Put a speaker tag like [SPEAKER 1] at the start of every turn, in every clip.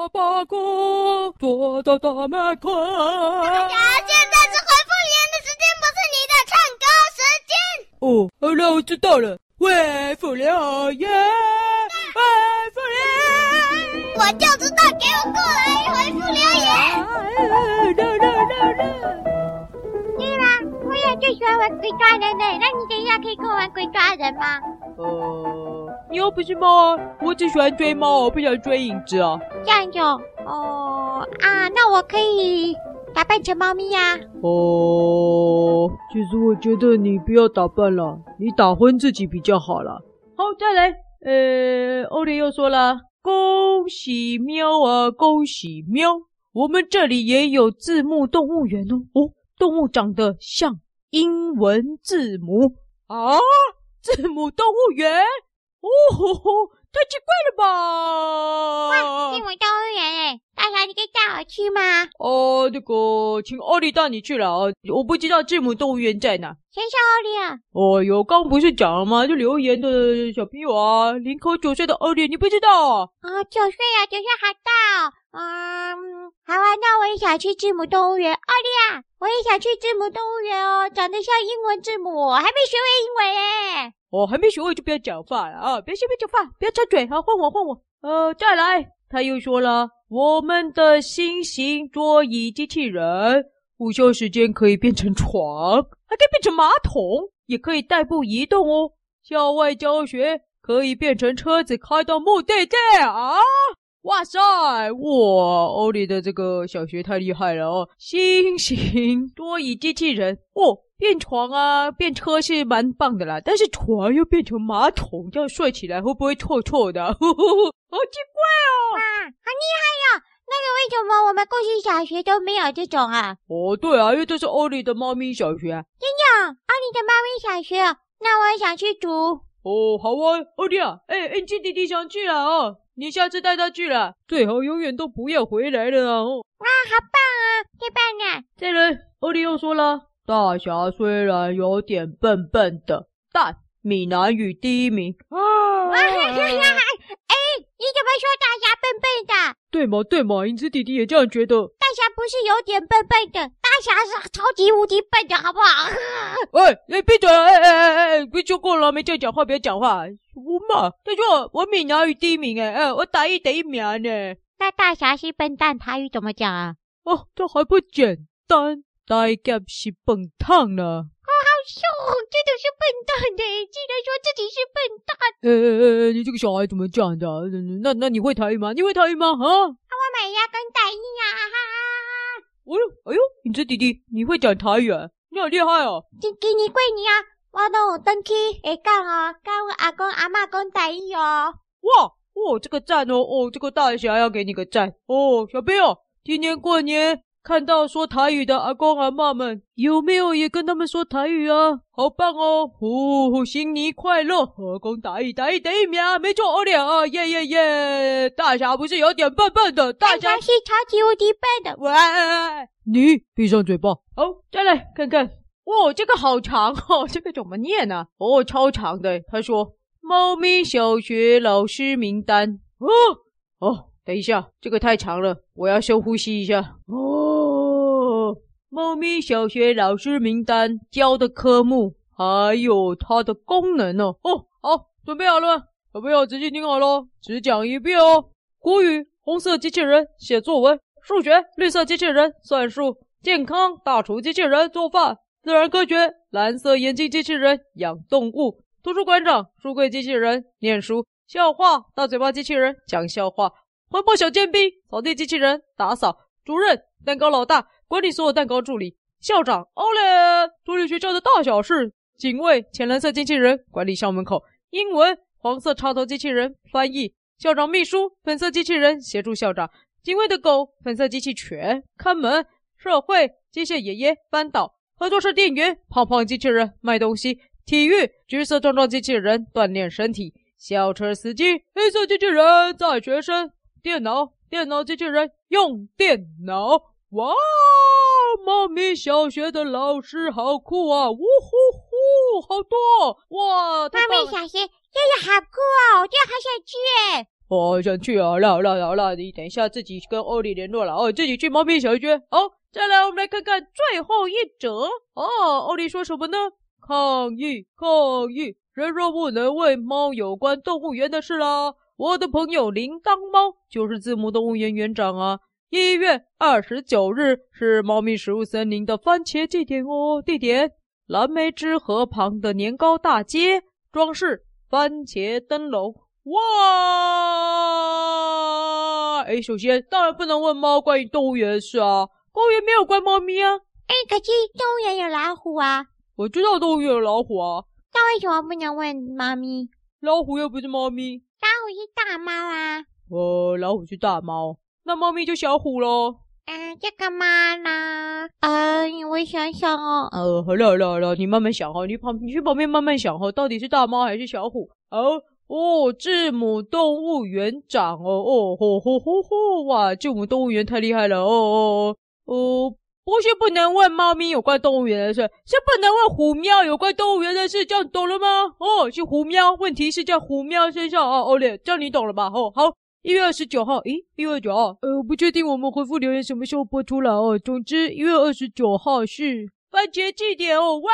[SPEAKER 1] 我多大大麦克。哦
[SPEAKER 2] 呀，现在是回复留言的时间，不是你的唱歌时间。
[SPEAKER 1] 哦，好了，我知道了。喂，哎福林好耶！喂，福林！
[SPEAKER 2] 我就知道，给我过来回复留言。
[SPEAKER 1] 啊，热热热热！
[SPEAKER 3] 对啦，我也最喜欢玩鬼抓人呢。那你等一下可以跟我玩鬼抓人吗？
[SPEAKER 1] 哦，你又不是猫啊，我只喜欢追猫，我不想追影子啊。
[SPEAKER 3] 这样就哦啊，那我可以打扮成猫咪呀、
[SPEAKER 1] 哦，其实我觉得你不要打扮了，你打昏自己比较好了。好，再来，呃，欧雷又说了，恭喜喵啊，恭喜喵！我们这里也有字幕动物园哦，哦，动物长得像英文字母啊，字母动物园，哦吼吼，太奇怪了吧！
[SPEAKER 3] 进我动物园哎，大侠你可以带我去吗？
[SPEAKER 1] 哦，那个，请奥利带你去了啊！我不知道字母动物园在哪。
[SPEAKER 3] 先是奥利啊，
[SPEAKER 1] 哦哟，刚不是讲了吗？就留言的小朋友啊，林口九岁的奥利，你不知道、啊？
[SPEAKER 3] 啊、九岁啊，九岁好大哦。嗯，好啊，那我也想去字母动物园。奥利啊，我也想去字母动物园哦，长得像英文字母，我还没学会英文哎。
[SPEAKER 1] 哦，还没学会就不要讲话了啊！别随便讲话，不要插嘴，好，换我，换我。呃，再来，他又说了，我们的新型桌椅机器人，午休时间可以变成床，还可以变成马桶，也可以代步移动哦。校外教学可以变成车子开到目的地啊！哇塞，哇，欧里的这个小学太厉害了哦！新型多椅机器人哦，变床啊，变车是蛮棒的啦，但是床又变成马桶，这样睡起来会不会臭臭的？ 呼呼呼，好奇怪
[SPEAKER 3] 哇，好厉害哟、那个为什么我们故事小学都没有这种啊？
[SPEAKER 1] 哦！哦，对啊，因为这是欧里的猫咪小学啊。
[SPEAKER 3] 哟，奥利哦的猫咪小学哦，那我也想去读。
[SPEAKER 1] 哦，好啊，欧弟啊，哎、哎，你去弟弟想去了哦，你下次带他去啦，最好永远都不要回来了啊！哦
[SPEAKER 3] 哇，好棒啊，太棒了！
[SPEAKER 1] 再来，欧弟又说了，大侠虽然有点笨笨的，但闽南语第一名啊！
[SPEAKER 3] 哇哈哈哈！哎，你怎么说大侠笨笨的？
[SPEAKER 1] 对嘛对嘛，银子弟弟也这样觉得。
[SPEAKER 3] 大侠不是有点笨笨的，大侠是超级无敌笨的，好不好？
[SPEAKER 1] 哎哎，闭嘴！哎哎哎哎，别说过了，没叫讲话，别讲话。我嘛，他说我闽南语第一名哎哎，我打一第一名呢。
[SPEAKER 3] 那大侠是笨蛋，台语怎么讲啊？
[SPEAKER 1] 哦，这还不简单，大概是笨烫了。
[SPEAKER 3] 哟，哎真的是笨蛋的，竟然说自己是笨蛋！
[SPEAKER 1] 呃呃呃，你这个小孩怎么这样的啊、那那你会台语吗？你会台语吗？啊？
[SPEAKER 3] 我买牙跟打印呀，哈哈！
[SPEAKER 1] 哎呦哎呦，你这弟弟你会讲台语、啊，你好厉害哦！
[SPEAKER 3] 今今年过年啊，我都有登去会讲哦，教我阿公阿嬷讲台语哦。
[SPEAKER 1] 哇哦，这个赞哦哦，这个大侠要给你个赞哦，小朋友，今年过年看到说台语的阿公阿嬷们，有没有也跟他们说台语啊？好棒哦！哦，新年快乐！阿公打一打一打一秒，没错，欧脸啊，耶耶耶！大侠不是有点笨笨的，大
[SPEAKER 3] 大
[SPEAKER 1] 侠
[SPEAKER 3] 侠是超级无敌笨的，
[SPEAKER 1] 喂，你闭上嘴巴。好，再来看看。哦，这个好长哦， 这个怎么念呢、哦，超长的。他说：“猫咪小学老师名单。”哦哦，等一下，这个太长了，我要深呼吸一下。哦，猫咪小学老师名单教的科目，还有它的功能哦。哦，好，准备好了吗，小朋友仔细听好喽，只讲一遍哦。国语红色机器人写作文，数学绿色机器人算术，健康大厨机器人做饭，自然科学蓝色眼镜机器人养动物，图书馆长书柜机器人念书，笑话大嘴巴机器人讲笑话，环保小尖兵扫地机器人打扫，主任蛋糕老大管理所有蛋糕助理，校长奥嘞处理学校的大小事，警卫浅蓝色机器人管理校门口，英文黄色插头机器人翻译，校长秘书粉色机器人协助校长，警卫的狗粉色机器犬看门，社会机械爷爷扳倒，合作社店员胖胖机器人卖东西，体育橘色壮壮机器人锻炼身体，校车司机黑色机器人载学生，电脑电脑机器人用电脑，哇！猫咪小学的老师好酷啊！呜呼呼，好多哇！太
[SPEAKER 3] 妈
[SPEAKER 1] 棒
[SPEAKER 3] 咪
[SPEAKER 1] 了
[SPEAKER 3] 小学这个好酷哦，我真的好想去哎！
[SPEAKER 1] 我好想去啊！好了好了好了，你等一下自己跟欧丽联络了哦，自己去猫咪小学哦。再来，我们来看看最后一则哦。欧丽说什么呢？抗议抗议！人若不能问猫有关动物园的事啦，我的朋友铃铛猫就是字母动物园园长啊。一月二十九日是猫咪食物森林的番茄祭典哦，地点蓝莓之河旁的年糕大街，装饰番茄灯笼。哇！哎，首先当然不能问猫关于动物园的事啊，公园没有关猫咪啊。
[SPEAKER 3] 哎，可是动物园有老虎啊，
[SPEAKER 1] 我知道动物园有老虎啊，
[SPEAKER 3] 那为什么不能问猫咪？
[SPEAKER 1] 老虎又不是猫咪，
[SPEAKER 3] 老虎是大猫啊。
[SPEAKER 1] 呃，老虎是大猫，那猫咪就小虎喽。
[SPEAKER 3] 嗯，这个嘛呢？嗯，我想想哦，
[SPEAKER 1] 呃，好了好了好了，你慢慢想哦，你旁你去旁边慢慢想哦，到底是大猫还是小虎？哦哦，字母动物园长哦哦吼吼吼吼！哇，字母动物园太厉害了哦哦哦哦！不是不能问猫咪有关动物园的事，是不能问虎喵有关动物园的事，这样懂了吗？哦，是虎喵，问题是在虎喵身上哦，欧脸，这样你懂了吧？哦，好，一月二十九号，咦，一月二九号，呃，不确定我们回复留言什么时候播出来哦。总之，一月二十九号是番茄祭典哦，哇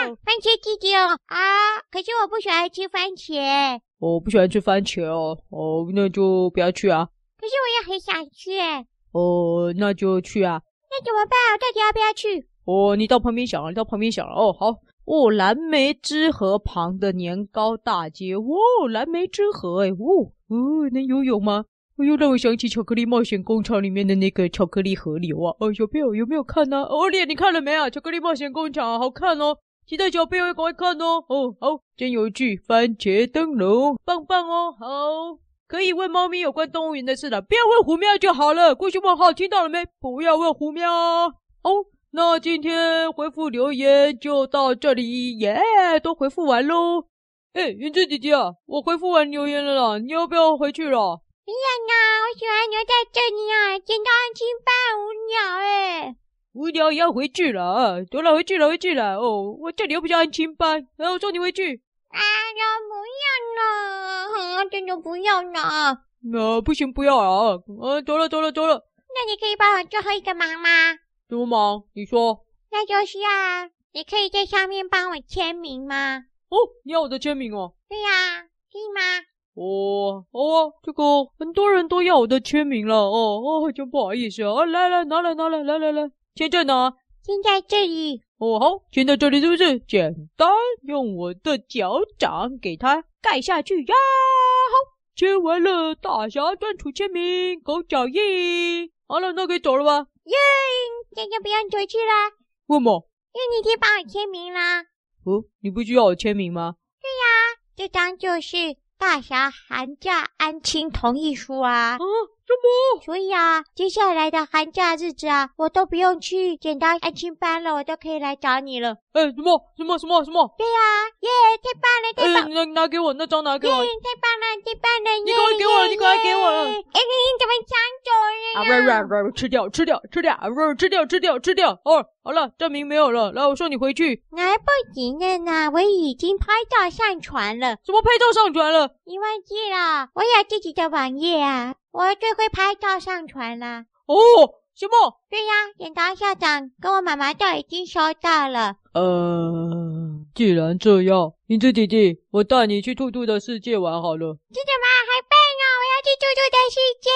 [SPEAKER 1] 哦！
[SPEAKER 3] 番茄弟弟哦啊！可是我不喜欢吃番茄，
[SPEAKER 1] 我不喜欢吃番茄哦，哦，那就不要去啊，
[SPEAKER 3] 可是我也很想吃，那
[SPEAKER 1] 哦，那就去啊，
[SPEAKER 3] 怎么办？我到底要不要去？
[SPEAKER 1] 哦，你到旁边想了，你到旁边想了，哦，好，哦，蓝莓之河旁的年糕大街，哇、哦，蓝莓之河，哎，哦，哦，能游泳吗？哦，又让我想起《巧克力冒险工厂》里面的那个巧克力河流啊！哦，小朋友有没有看呢、哦，脸你看了没啊？《巧克力冒险工厂》好看哦，期待小朋友赶快看哦！哦，好，真有趣，番茄灯笼，棒棒哦！好，可以问猫咪有关动物园的事了，不要问虎喵就好了。故事问号听到了没？不要问虎喵哦。哦那今天回复留言就到这里，耶、都回复完喽。哎，云志姐姐啊，我回复完留言了啦，你要不要回去了？
[SPEAKER 3] 天哪，啊我喜欢留在这里啊，简直安清半无聊哎。
[SPEAKER 1] 无聊也要回去了啊！走了，回去了，回去了。哦，我这里又不是安亲班，然后送你回去。
[SPEAKER 3] 啊，那不要呢，啊，真的不要呢。
[SPEAKER 1] 那、不行，不要啊！啊，走了，走了，走了。
[SPEAKER 3] 那你可以帮我最后一个忙吗？
[SPEAKER 1] 什么忙？你说
[SPEAKER 3] 那就是啊，你可以在上面帮我签名吗？
[SPEAKER 1] 哦，你要我的签名哦？
[SPEAKER 3] 对呀、可以吗？
[SPEAKER 1] 哦哦，这个很多人都要我的签名了哦哦，真不好意思啊！来来，拿来拿来来来来，签证拿、
[SPEAKER 3] 先在这里，
[SPEAKER 1] 哦，好，签到这里是不是？简单，用我的脚掌给它盖下去呀！好，签完了，大侠专属签名，狗脚印。好了，那可以走了吧？
[SPEAKER 3] 耶，这就不用出去了，
[SPEAKER 1] 问么？
[SPEAKER 3] 因为你已经帮我签名啦。
[SPEAKER 1] 哦，你不需要我签名吗？
[SPEAKER 3] 这张就是大侠寒假安亲同意书啊
[SPEAKER 1] 啊，什。么？
[SPEAKER 3] 所以啊，接下来的寒假日子啊，我都不用去简单安亲班了，我都可以来找你了。
[SPEAKER 1] 哎，什么？什么？什么？什么？
[SPEAKER 3] 对呀、啊耶，太棒了，太
[SPEAKER 1] 哎，
[SPEAKER 3] 棒！
[SPEAKER 1] 拿拿给我那张，拿给
[SPEAKER 3] 耶，
[SPEAKER 1] 我。
[SPEAKER 3] 太棒了，太棒了！
[SPEAKER 1] 你赶快给我了
[SPEAKER 3] 耶
[SPEAKER 1] 哎你赶快给我了
[SPEAKER 3] 耶哎，你怎么抢走
[SPEAKER 1] 啊
[SPEAKER 3] 了
[SPEAKER 1] 不是不
[SPEAKER 3] 呀？
[SPEAKER 1] 是不是，吃掉吃掉吃掉啊不是吃掉吃掉吃掉哦，好了，证明没有了，来我送你回去。
[SPEAKER 3] 来不及了呢，我已经拍照上传了。
[SPEAKER 1] 什么拍照上传了？
[SPEAKER 3] 你忘记了，啊我有自己的网页啊，我最会拍照上传啦。
[SPEAKER 1] 哦，什么？
[SPEAKER 3] 对呀，剪刀校长跟我妈妈都已经收到了。
[SPEAKER 1] 呃，既然这样，银子弟弟，我带你去兔兔的世界玩好了。
[SPEAKER 3] 真的吗？好棒哦！我要去兔兔的世界。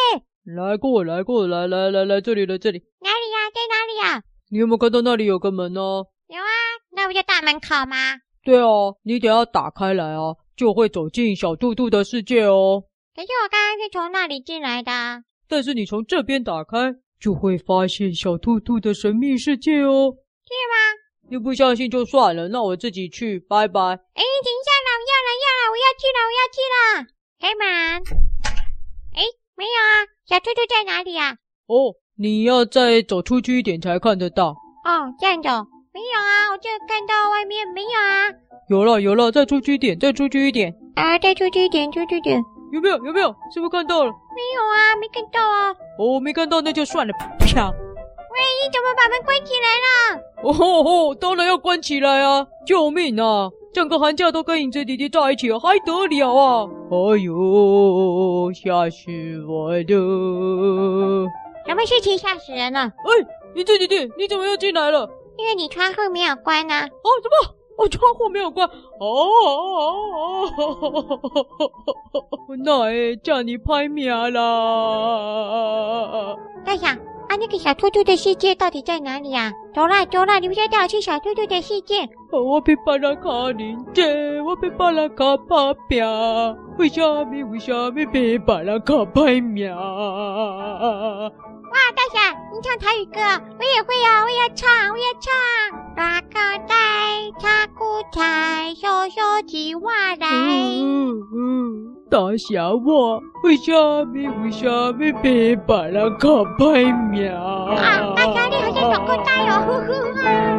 [SPEAKER 1] 来过来过来来来来，这里来这里，
[SPEAKER 3] 哪里呀、在哪里呀、
[SPEAKER 1] 你有没有看到那里有个门呢、哦
[SPEAKER 3] 有啊，那不就大门口吗？
[SPEAKER 1] 对哦，你得要打开来啊，就会走进小兔兔的世界哦。
[SPEAKER 3] 可是我刚刚是从那里进来的啊。
[SPEAKER 1] 但是你从这边打开，就会发现小兔兔的神秘世界哦。
[SPEAKER 3] 是吗？
[SPEAKER 1] 你不相信就算了，那我自己去，拜拜。
[SPEAKER 3] 哎，停下了，我要了，要了，我要去了，我要去了。开门。哎，没有啊，小兔兔在哪里呀、
[SPEAKER 1] 哦，你要再走出去一点才看得到。
[SPEAKER 3] 哦，这样子哦。没有啊，我就看到外面没有啊。
[SPEAKER 1] 有了有了，再出去一点，再出去一点。
[SPEAKER 3] 啊，再出去一点，出去一点。
[SPEAKER 1] 有没有？有没有？是不是看到了？
[SPEAKER 3] 没有啊，没看到啊。
[SPEAKER 1] 哦，没看到那就算了。啪！
[SPEAKER 3] 喂，你怎么把门关起来了？
[SPEAKER 1] 哦吼吼，当然要关起来啊！救命啊！整个寒假都跟影子弟弟在一起，还得了啊！哎呦，吓死我了！
[SPEAKER 3] 什么事情吓死人了？
[SPEAKER 1] 影子弟弟，你怎么又进来了？啊，
[SPEAKER 3] 因为你窗户没有关啊。
[SPEAKER 1] 什么？哦，窗户没有关。哦哦哦哦哦！那会叫你拍命啦！
[SPEAKER 3] 大侠啊，那个小兔兔的世界到底在哪里啊？走啦走啦，你不要带我去小兔兔的世界。啊
[SPEAKER 1] 我被巴拉卡领着，我被巴拉卡拍拼，为什么为什么被巴拉卡拍命？
[SPEAKER 3] 哇，大侠，你唱台语歌，我也会啊，我要唱，我要唱。拉口袋，插裤菜，收收起我来。
[SPEAKER 1] 嗯，大侠我为什么为什么被巴拉卡拍命？嗯
[SPEAKER 3] 啊，大侠，你好像小裤袋哦，呼呼啊！